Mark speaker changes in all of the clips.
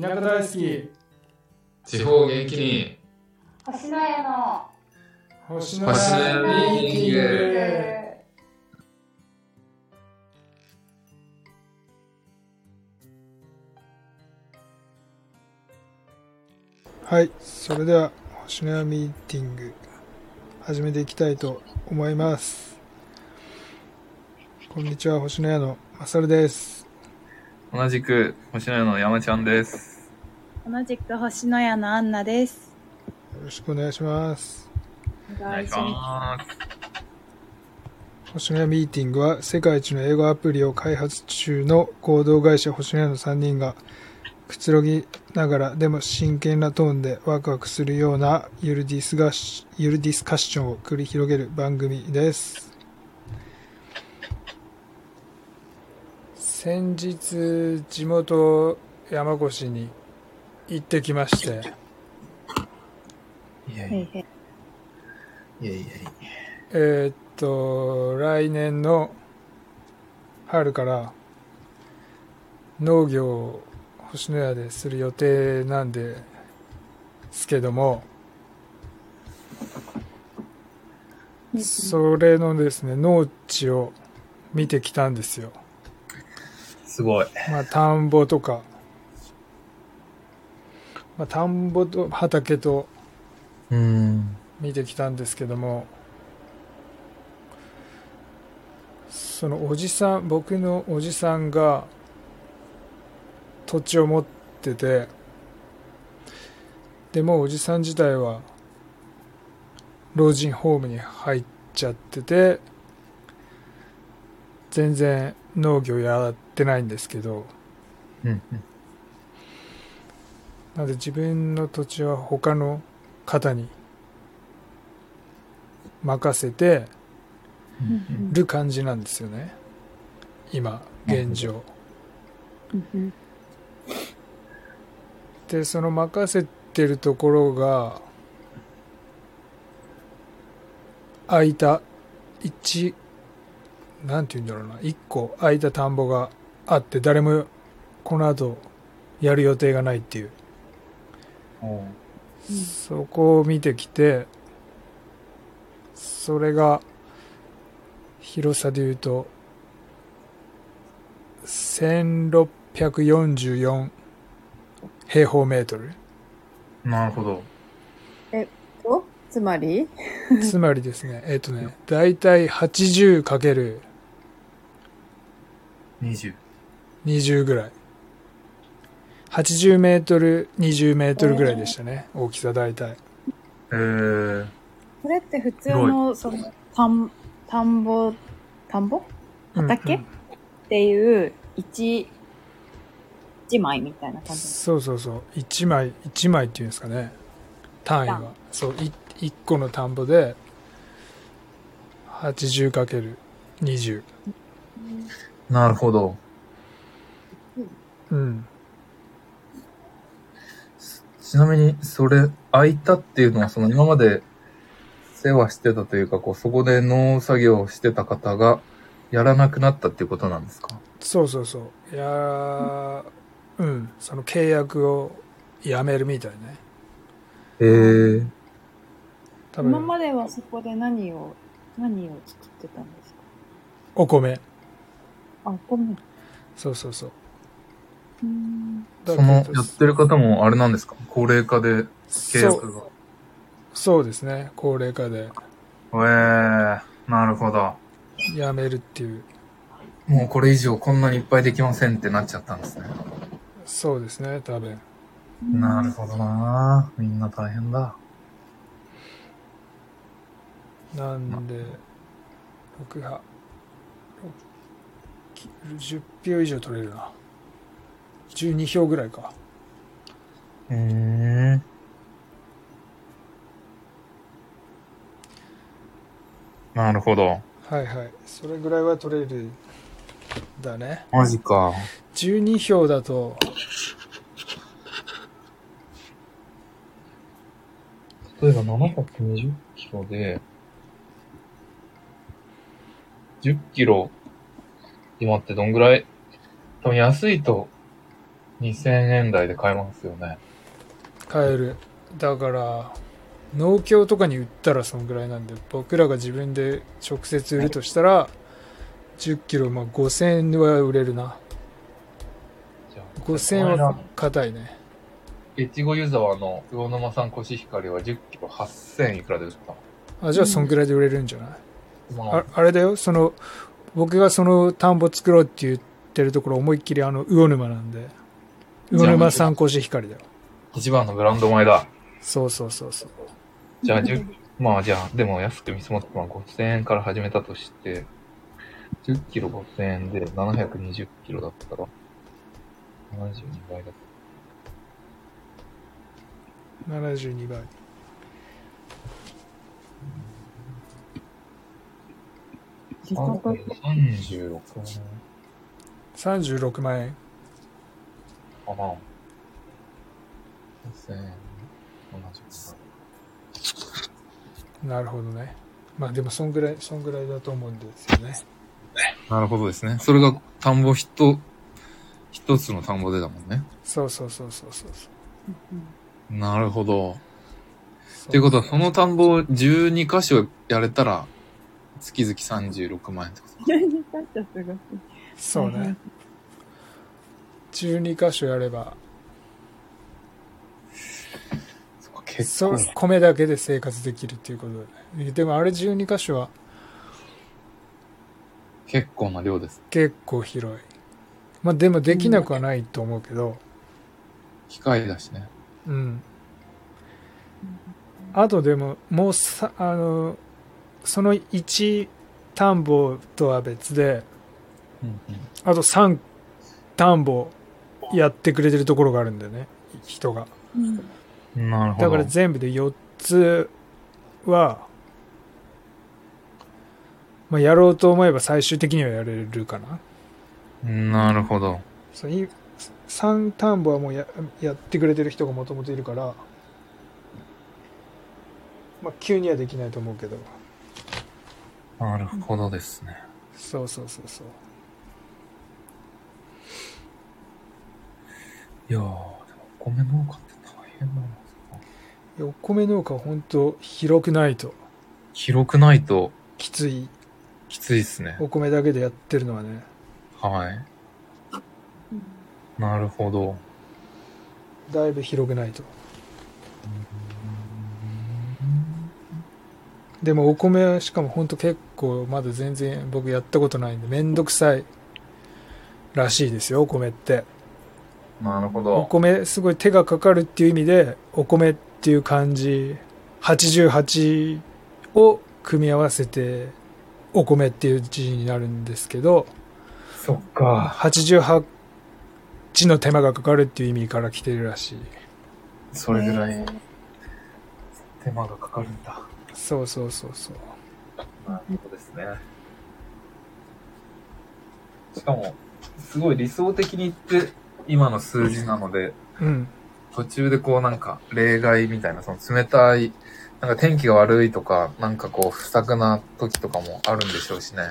Speaker 1: 田舎大好き
Speaker 2: 地方元気に
Speaker 3: 星の家の
Speaker 1: 星
Speaker 2: 野星
Speaker 3: 野
Speaker 2: 野
Speaker 3: ミ
Speaker 2: ミ
Speaker 3: ー
Speaker 2: ーテ
Speaker 3: ティ
Speaker 2: ィ
Speaker 3: ン
Speaker 2: ン
Speaker 3: グ
Speaker 2: グ
Speaker 1: はいそれでは星のやミーティング始めていきたいと思いますこんにちは星のやのまさるです
Speaker 4: 同じく、星野屋の山ちゃんです。
Speaker 5: 同じく星の屋のアンナです。
Speaker 1: よろしくお願いします
Speaker 5: お
Speaker 4: お
Speaker 5: 願いしま
Speaker 4: ます。
Speaker 1: 星のやミーティングは世界一の英語アプリを開発中の合同会社星のやの3人がくつろぎながらでも真剣なトーンでワクワクするようなゆるディスガッゆるディスカッションを繰り広げる番組です先日地元山越に行ってきまして
Speaker 4: いや
Speaker 5: す。はいはい
Speaker 4: やいや
Speaker 1: えーっと、来年の春から農業を星のやでする予定なんですけども、
Speaker 5: い。
Speaker 1: それのですね、農地を見てきたんですよ。
Speaker 4: すごい。
Speaker 1: まあ、田んぼとか、まあ、田んぼと畑と
Speaker 4: うん。
Speaker 1: 見てきたんですけどもそのおじさん僕のおじさんが土地を持っててでもうおじさん自体は老人ホームに入っちゃってて全然農業やってないんですけど
Speaker 4: うん。
Speaker 1: なので自分の土地は他の方に任せて
Speaker 5: うん
Speaker 1: る感じなんですよね今現状
Speaker 5: うん
Speaker 1: でその任せてるところが空いた1なんて言うんだろうな1個空いた田んぼがあって誰もこの後やる予定がないっていう
Speaker 4: お
Speaker 1: そこを見てきてそれが広さで言うと1644平方メートル
Speaker 4: なるほど。
Speaker 5: おつまり
Speaker 1: つまりですねえっ、とねだいたい 80×20
Speaker 4: 20。
Speaker 1: ぐらい80メートル20メートルぐらいでしたね、大きさ大体
Speaker 4: えー、
Speaker 5: これって普通の、その、田ん、田んぼ、田んぼ畑、
Speaker 1: うんうん
Speaker 5: っていう、一、一枚みたいな感じ。
Speaker 1: そうそうそう1枚1枚っていうんですかね単位
Speaker 5: 単
Speaker 1: がそう 1, 個の田んぼで 80×20
Speaker 4: なるほど。
Speaker 1: うん
Speaker 4: ちなみに、それ、空いたっていうのは、その今まで世話してたというか、こう、そこで農作業をしてた方が、やらなくなったっていうことなんですか
Speaker 1: そうそうそういやーうんその契約をやめるみたいね
Speaker 4: えー、
Speaker 1: 多
Speaker 5: 今
Speaker 1: 分
Speaker 5: まではそこで何を、何を作ってたんですか
Speaker 1: お米
Speaker 5: あ、ごめん。
Speaker 1: そうそうそう
Speaker 5: うん。
Speaker 1: だ
Speaker 4: そ
Speaker 1: け
Speaker 4: の、
Speaker 1: ど
Speaker 4: やってる方もあれなんですか高齢化で
Speaker 1: そ
Speaker 4: 契約
Speaker 1: う
Speaker 4: が。
Speaker 1: そうですね高齢化で
Speaker 4: えー、なるほど。
Speaker 1: やめるっていう
Speaker 4: もうこれ以上こんなにいっぱいできませんってなっちゃったんですね。
Speaker 1: そうですね多分
Speaker 4: なるほどなみんな大変だ。
Speaker 1: なんで、6派、10票以上取れるな。12票ぐらいか。
Speaker 4: へえ。なるほど。
Speaker 1: はいはい。それぐらいは取れる。だね。
Speaker 4: マジか。
Speaker 1: 12票だと、
Speaker 4: 例えば720キロで、10キロ、今ってどんぐらい多分安いと2000円台で買えますよね。
Speaker 1: 買えるだから農協とかに売ったらそんぐらいなんで僕らが自分で直接売るとしたら1 0キロまあ5000円は売れるな
Speaker 4: じゃあ、
Speaker 1: 5000円は硬いね
Speaker 4: 越後湯沢の魚沼産コシヒカリは10キロ8000いくらで売った
Speaker 1: あじゃあそんぐらいで売れるんじゃない、
Speaker 4: まあ
Speaker 1: ああれだよその僕がその田んぼ作ろうって言ってるところ思いっきりあの魚沼なんで魚沼産コシヒカリだよ
Speaker 4: 一番のブランド米だ。
Speaker 1: そうそうそうそう
Speaker 4: じゃあ、10、まあじゃあ、でも安く見積もって、まあ5000円から始めたとして、10キロ5000円で720キロだったら、72倍だっ
Speaker 1: 72倍
Speaker 4: たら、36万
Speaker 5: 時価と
Speaker 1: 36万円
Speaker 4: かな。5000円、72倍。
Speaker 1: なるほどねまあでもそんぐらいそんぐらいだと思うんですよね
Speaker 4: なるほどですね。それが田んぼ一、一つの田んぼでだもんね。
Speaker 1: そうそうそうそうそうそう
Speaker 4: なるほど。っていうことは、その田んぼを12箇所やれたら、月々36万円ってことか。
Speaker 5: 12箇所すごい。
Speaker 1: そう
Speaker 5: はいは
Speaker 1: ね
Speaker 5: い
Speaker 1: 12箇所やれば
Speaker 4: そっか結
Speaker 1: そ
Speaker 4: 構
Speaker 1: う米だけで生活できるっていうことで、ね、でもあれ12箇所は
Speaker 4: 結構な量です。
Speaker 1: 結構広いまあでもできなくはないと思うけど
Speaker 4: 機械だしね。
Speaker 1: うん、あとでももうさあのその1田んぼとは別で
Speaker 4: うん
Speaker 1: あと3田んぼやってくれてるところがあるんだよね人が
Speaker 5: うん。
Speaker 4: うん、なるほ
Speaker 1: だ
Speaker 4: ど。
Speaker 1: から全部で4つは、まあ、やろうと思えば最終的にはやれるかな
Speaker 4: なるほど。
Speaker 1: そうい3田んぼはもうややってくれてる人がもともといるから、まあ、急にはできないと思うけど
Speaker 4: なるほどですね。
Speaker 1: そうそうそうそう
Speaker 4: いやー、でもお米農家って大変だな。
Speaker 1: いやお米農家は本当広くないと
Speaker 4: 広くないと
Speaker 1: きつい
Speaker 4: きついですね。
Speaker 1: お米だけでやってるのはね
Speaker 4: はい。なるほど。
Speaker 1: だいぶ広くないとでもお米はしかも本当結構まだ全然僕やったことないんでめんどくさいらしいですよお米って
Speaker 4: なるほ
Speaker 1: お米すごい手がかかるっていう意味でお米っていう漢字88を組み合わせてお米っていう字になるんですけど
Speaker 4: そっか。
Speaker 1: 88の手間がかかるっていう意味から来てるらしい
Speaker 4: それぐらい手間がかかるんだ。
Speaker 1: そうそうそうそう
Speaker 4: なるほどですね。しかも、すごい理想的に言って、今の数字なので、
Speaker 1: うん
Speaker 4: 途中でこうなんか例外みたいな、その冷たい、なんか天気が悪いとか、なんかこう不作な時とかもあるんでしょうしね。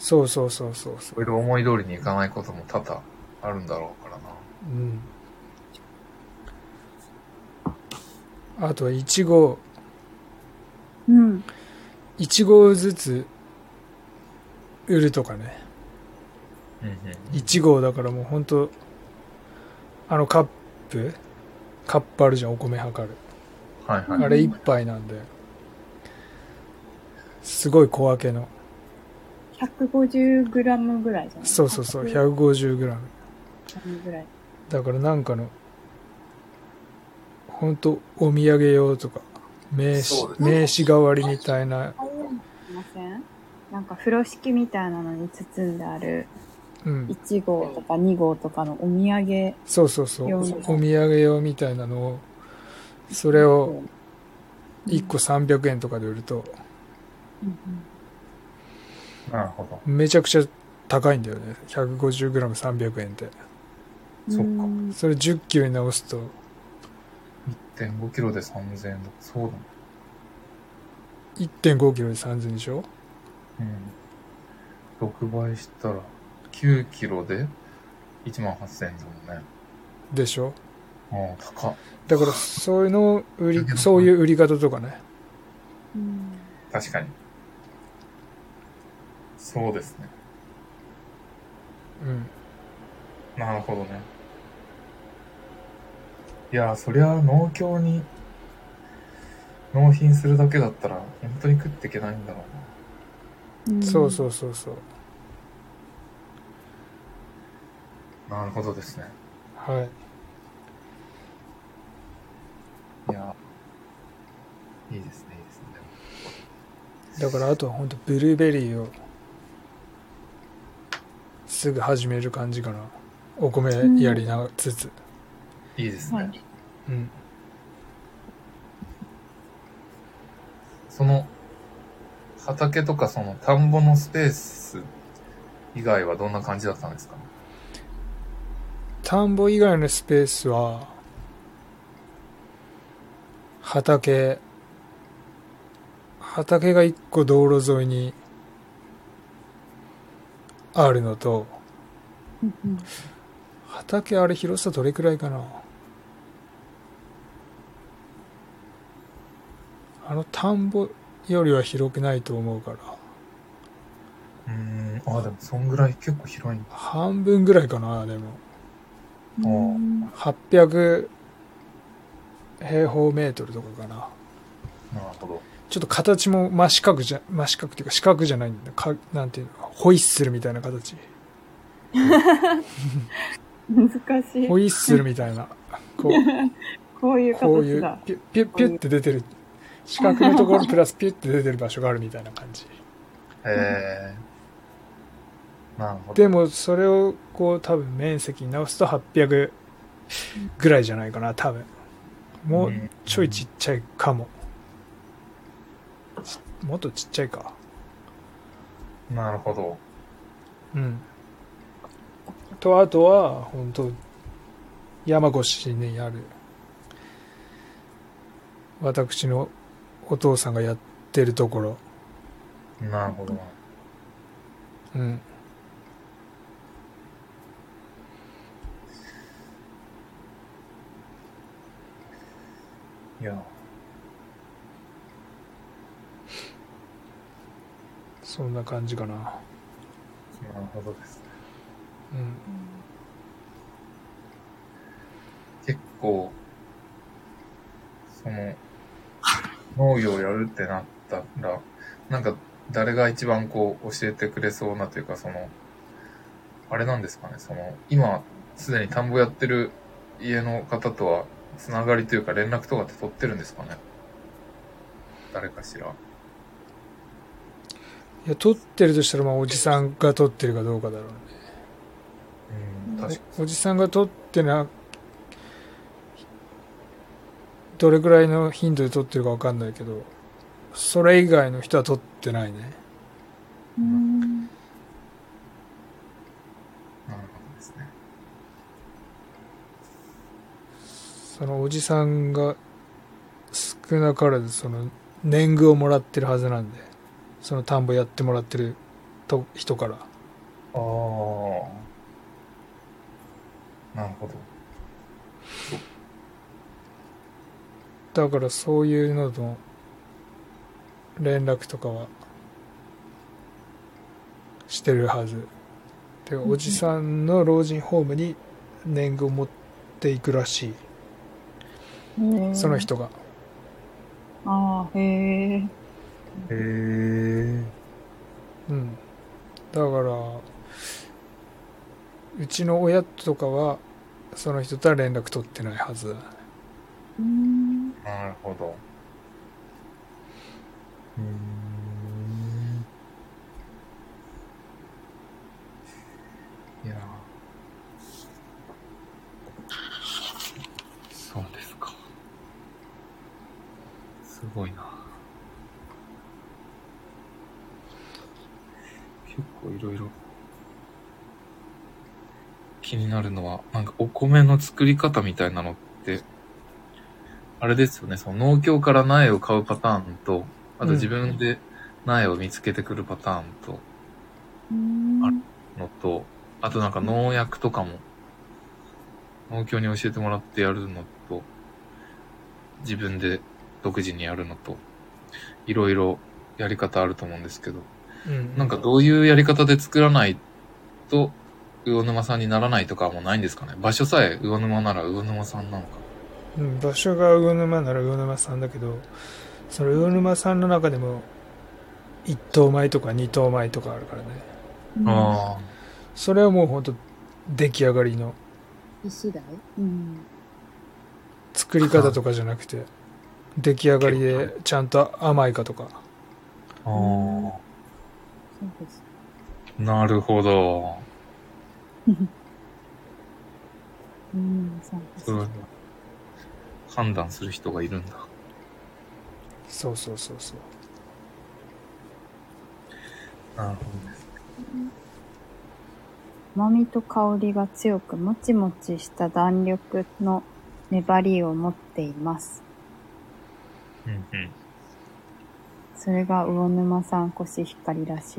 Speaker 1: そうそうそうそうそ
Speaker 4: いろいろ思い通りにいかないことも多々あるんだろうからな。
Speaker 1: ううんあとは1合
Speaker 5: うん。
Speaker 1: 1合ずつ売るとかね
Speaker 4: うん
Speaker 1: 1合だからもうほんとあのカップカップあるじゃんお米量る
Speaker 4: うん。はいはい。
Speaker 1: あれ1杯なんですごい小分けの
Speaker 5: 150g ぐらいじゃない
Speaker 1: そうそうそう
Speaker 5: 100g
Speaker 1: 150g
Speaker 5: ぐらい。
Speaker 1: だからなんかのほんとお土産用とか名
Speaker 4: そう
Speaker 1: 刺
Speaker 4: です
Speaker 1: 名刺代わりみたいな
Speaker 5: ああいうのいませんなんか風呂敷みたいなのに包んである
Speaker 1: うん
Speaker 5: 1号とか2号とかのお土産
Speaker 1: そうそうそう
Speaker 5: 用
Speaker 1: お
Speaker 5: の
Speaker 1: 土産用みたいなのをそれを1個300円とかで売ると
Speaker 5: うん
Speaker 4: なるほど。
Speaker 1: めちゃくちゃ高いんだよね 150g300 円って
Speaker 5: うん
Speaker 4: そっか
Speaker 5: うん
Speaker 1: それ1 0キロに直すと
Speaker 4: 1.5キロで3000円とか、そうだね。
Speaker 1: 1 5キロで3000でしょ
Speaker 4: うん。6倍したら、9キロで1万8000円だもんね。
Speaker 1: でしょ
Speaker 4: ああ、高っ。
Speaker 1: だからそういうのを売りそういう売り方とかね
Speaker 5: うん
Speaker 4: 確かに。そうですね。
Speaker 1: うん
Speaker 4: なるほどね。いやー、そりゃ農協に納品するだけだったら、本当に食っていけないんだろうな。
Speaker 5: うん
Speaker 1: そうそうそうそう
Speaker 4: なるほどですね。
Speaker 1: はい
Speaker 4: いや、いいですね、いいですね。
Speaker 1: だからあとは本当ブルーベリーをすぐ始める感じかなお米やりなつつ
Speaker 4: いいですね。
Speaker 5: はい
Speaker 1: うん
Speaker 4: その、畑とかその田んぼのスペース以外はどんな感じだったんですか
Speaker 1: 田んぼ以外のスペースは畑畑が一個道路沿いにあるのと
Speaker 5: うんうん
Speaker 1: 畑あれ広さどれくらいかなあの田んぼよりは広くないと思うから
Speaker 4: うーん、あ、でもそんぐらい結構広いんだ。
Speaker 1: 半分ぐらいかなでも
Speaker 5: うん
Speaker 1: 800平方メートルとかかな
Speaker 4: なるほど。
Speaker 1: ちょっと形も真四角じゃ、真四角っていうか四角じゃないんだ。かなんていうのホイッスルみたいな形。
Speaker 5: 難しい
Speaker 1: ホイッスルみたいな。こう、
Speaker 5: こういう
Speaker 1: こうい
Speaker 5: 形
Speaker 1: う
Speaker 5: だ、
Speaker 1: ピュッピュッピュッって出てる。四角のところプラス ピュッって出てる場所があるみたいな感じ。
Speaker 4: へ ー。なるほど。
Speaker 1: でも、それをこう多分面積に直すと800ぐらいじゃないかな、多分。もうちょいちっちゃいかも。ちもっとちっちゃいか。
Speaker 4: なるほど。
Speaker 1: うん。と、あとは、本当山越しにある、私のお父さんがやってるところ、
Speaker 4: なるほど。
Speaker 1: うん。
Speaker 4: いや、
Speaker 1: そんな感じかな。
Speaker 4: なるほどですね。
Speaker 1: うん。
Speaker 4: 結構、その、農業をやるってなったら、なんか誰が一番こう教えてくれそうなというか、その、あれなんですかね、その、今、すでに田んぼやってる家の方とは、つながりというか連絡とかって取ってるんですかね誰かしら。
Speaker 1: いや、撮ってるとしたら、まあ、おじさんが撮ってるかどうかだろうね。
Speaker 4: うん、確か
Speaker 1: おじさんが撮ってな、どれくらいの頻度で撮ってるかわかんないけど、それ以外の人は撮ってないね。
Speaker 5: うん
Speaker 4: に。なるほどですね。
Speaker 1: そのおじさんが少なからずその年貢をもらってるはずなんでその田んぼやってもらってると人から
Speaker 4: ああ。なるほど。
Speaker 1: だからそういうのと連絡とかはしてるはずでおじさんの老人ホームに年貢を持っていくらしいその人が
Speaker 5: ああへえ
Speaker 4: へえ。
Speaker 1: うん、だからうちの親とかはその人とは連絡取ってないはず
Speaker 5: うん
Speaker 4: なるほど。うーん。いやーそうですか。すごいな。結構いろいろ気になるのは、なんかお米の作り方みたいなのって、あれですよね、その農協から苗を買うパターンと、あと自分で苗を見つけてくるパターンと、
Speaker 5: うん
Speaker 4: のと、あとなんか農薬とかも、農協に教えてもらってやるのと、自分で独自にやるのと、いろいろやり方あると思うんですけど、
Speaker 1: うん
Speaker 4: なんかどういうやり方で作らないと、魚沼さんにならないとかはもうないんですかね場所さえ魚沼なら魚沼さんなのか。
Speaker 1: うん、場所が魚沼なら魚沼さんだけどその魚沼さんの中でも一等米とか二等米とかあるからね
Speaker 5: うん
Speaker 4: あ
Speaker 1: それはもうほんと出来上がりの
Speaker 5: 石だよ。うん。
Speaker 1: 作り方とかじゃなくて出来上がりでちゃんと甘いかとか
Speaker 4: あ。あ
Speaker 5: そうです。
Speaker 4: あ。なるほど。
Speaker 5: うん、そうです。
Speaker 4: そう判断する人がいるんだ。
Speaker 1: そうそうそうそう
Speaker 4: なるほどです。
Speaker 5: 甘みと香りが強く、もちもちした弾力の粘りを持っています。
Speaker 4: うんうん。
Speaker 5: それが魚沼産コシヒカリらしい。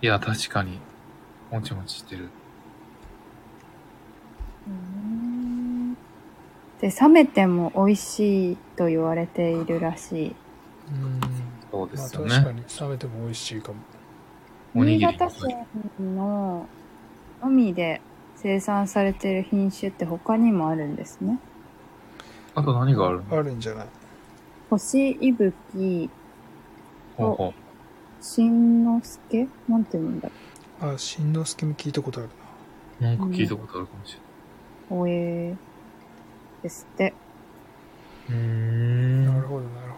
Speaker 4: いや、確かに、もちもちしてる。
Speaker 5: で、冷めても美味しいと言われているらしい。
Speaker 1: うん
Speaker 4: そうで
Speaker 1: まあ
Speaker 4: すよ
Speaker 1: 確
Speaker 4: ね。
Speaker 1: かに冷めても美味しいかも
Speaker 4: おに
Speaker 5: 新
Speaker 4: ぎり
Speaker 5: 潟県ののみで生産されている品種って他にもあるんですね。
Speaker 4: あと何があるの
Speaker 1: あるんじゃない
Speaker 5: 星いぶき、
Speaker 4: ほうほ
Speaker 5: しんのすけなんて言うんだろ
Speaker 1: あしんのすけも聞いたことある
Speaker 4: う。なんか聞いたことあるかもし
Speaker 5: う。おえーですって。
Speaker 4: れない。う
Speaker 1: な、な
Speaker 4: ー
Speaker 1: んる。ほどなるほ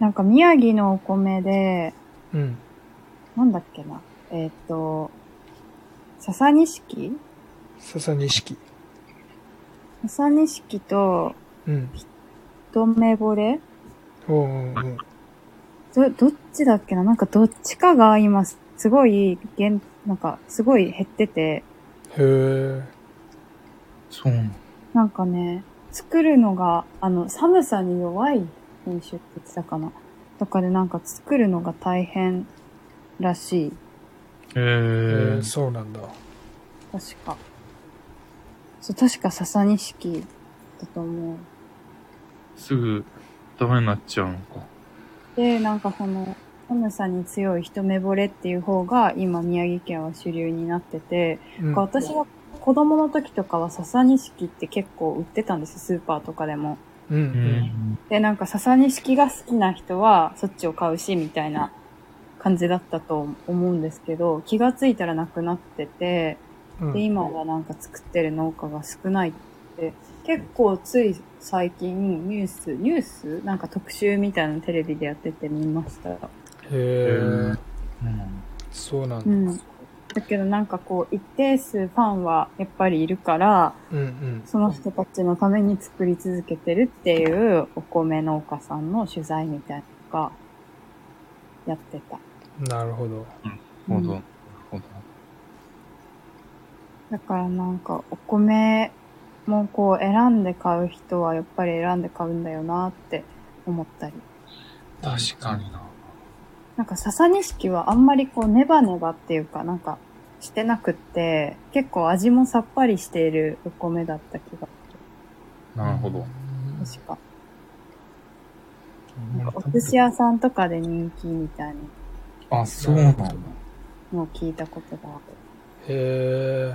Speaker 5: なんか宮城のお米で、
Speaker 1: どうん
Speaker 5: なんだっけな。えっ、と、笹錦
Speaker 1: 笹錦
Speaker 5: 笹錦と、
Speaker 1: うん
Speaker 5: どめぼれ
Speaker 1: おうおうおう
Speaker 5: ど、どっちだっけななんかどっちかが今、すごい、減なんか、すごい減ってて、
Speaker 1: へ
Speaker 4: そうなの。
Speaker 5: なんかね、作るのが、あの、寒さに弱い品種って言ってたかな。とかでなんか作るのが大変らしい。
Speaker 4: へ
Speaker 1: え
Speaker 4: ー
Speaker 1: へえそうなんだ
Speaker 5: 確か。そう、確か笹錦だと思う。
Speaker 4: すぐダメになっちゃうのか。
Speaker 5: で、なんかその、寒さに強い一目惚れっていう方が今宮城県は主流になってて、
Speaker 1: うん
Speaker 5: なんか私が子供の時とかは笹錦って結構売ってたんですよ、スーパーとかでも。
Speaker 1: うん
Speaker 4: う
Speaker 1: うん
Speaker 4: ん。
Speaker 5: で、なんか笹錦が好きな人はそっちを買うし、みたいな感じだったと思うんですけど、気がついたらなくなってて、
Speaker 1: うん
Speaker 5: で、今はなんか作ってる農家が少ないって、結構つい最近ニュース、ニュースなんか特集みたいなのテレビでやってて見ました。
Speaker 1: へえ
Speaker 4: うん
Speaker 1: そうなん
Speaker 5: う
Speaker 1: だ
Speaker 5: ん。だけどなんかこう、一定数ファンはやっぱりいるから、
Speaker 1: うんうん
Speaker 5: その人たちのために作り続けてるっていうお米農家さんの取材みたいなのがやってた。
Speaker 1: なるほど
Speaker 4: なるほど。な
Speaker 5: う
Speaker 4: る
Speaker 5: ん
Speaker 4: ほど。
Speaker 5: だからなんかお米もこう選んで買う人はやっぱり選んで買うんだよなって思ったり。
Speaker 4: 確かにな。
Speaker 5: なんか笹錦はあんまりこうネバネバっていうかなんかしてなくって結構味もさっぱりしているお米だった気が
Speaker 4: なるほど。
Speaker 5: 確か。なんかお寿司屋さんとかで人気みたいな
Speaker 4: あ、そうなんだ。
Speaker 5: のを聞いたことがある。
Speaker 1: へ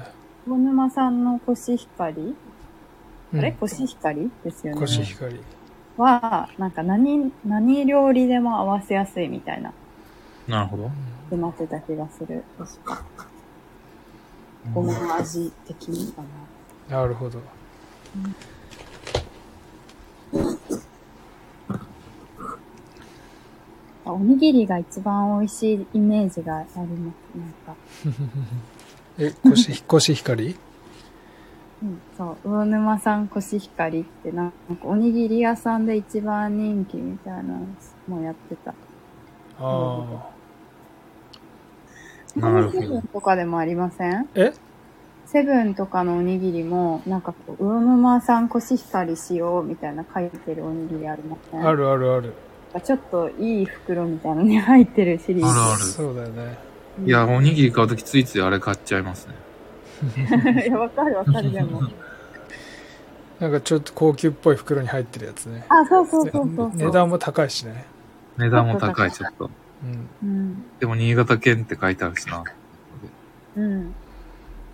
Speaker 5: 大沼さんのコシヒカリ、
Speaker 1: え
Speaker 5: あれコシヒカリですよね。
Speaker 1: コシヒカリ
Speaker 5: は、なんか何、何料理でも合わせやすいみたいな、
Speaker 4: なるほど。
Speaker 5: 決まってた気がする。確か。ごめん、味的にかな。
Speaker 1: なるほど
Speaker 5: あおにぎりが一番美味しいイメージがあります。なんか、
Speaker 1: えコシ ヒコシヒカリ
Speaker 5: うん、そう、魚沼さんコシヒカリってなんか、おにぎり屋さんで一番人気みたいなのもやってた。
Speaker 1: あ
Speaker 4: なる
Speaker 5: セ
Speaker 4: ほ
Speaker 5: ブン
Speaker 4: ど。
Speaker 5: とかでもありません
Speaker 1: え
Speaker 5: セブンとかのおにぎりも、なんかこう、魚沼産コシヒカリしようみたいな書いてるおにぎりありません
Speaker 1: ああるあるある
Speaker 5: なんかちょっといい袋みたいなのに入ってるシリーズ。
Speaker 4: あるある
Speaker 1: そうだよね
Speaker 5: うん
Speaker 4: いや、おにぎり買うときついついあれ買っちゃいますね。
Speaker 5: いや、わかるわかる、でも。
Speaker 1: なんかちょっと高級っぽい袋に入ってるやつね。
Speaker 5: あ、そうそうそうそう。
Speaker 1: 値段も高いしね。
Speaker 4: 値段も高い、ちょっと。
Speaker 1: うん。
Speaker 5: うん。
Speaker 4: でも、新潟県って書いてあるしな。
Speaker 5: うん。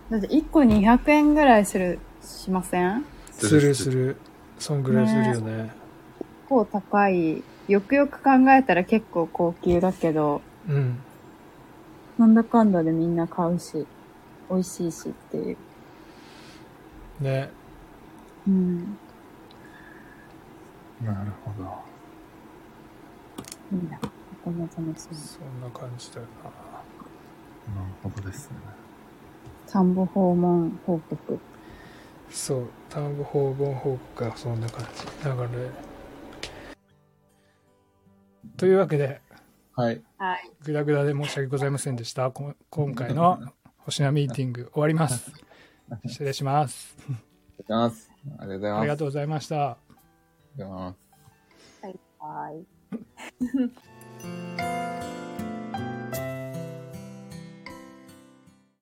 Speaker 5: だって1個200円ぐらいする、しません
Speaker 1: するする。そんぐらいするよね。
Speaker 5: 結構高い。よくよく考えたら結構高級だけど、
Speaker 1: うん。
Speaker 5: なんだかんだでみんな買うし、美味しいしっていう。
Speaker 1: ね。
Speaker 5: うん。
Speaker 4: なるほど。
Speaker 5: いいな。こんな楽しみ。
Speaker 1: そんな感じだよな。
Speaker 4: なるほどですね。
Speaker 5: 田んぼ訪問報告。
Speaker 1: そう。田んぼ訪問報告がそんな感じ。だからね。というわけで、
Speaker 4: はい。
Speaker 5: はい。
Speaker 1: グダグダで申し訳ございませんでした。こ今回の星名ミーティング終わり ます。失礼します。
Speaker 4: ありがとうございます。ありがとうござい
Speaker 1: あ
Speaker 4: ます。あ
Speaker 1: り
Speaker 4: り
Speaker 1: が
Speaker 4: がと
Speaker 1: とうございました。
Speaker 4: うございます。
Speaker 5: はい。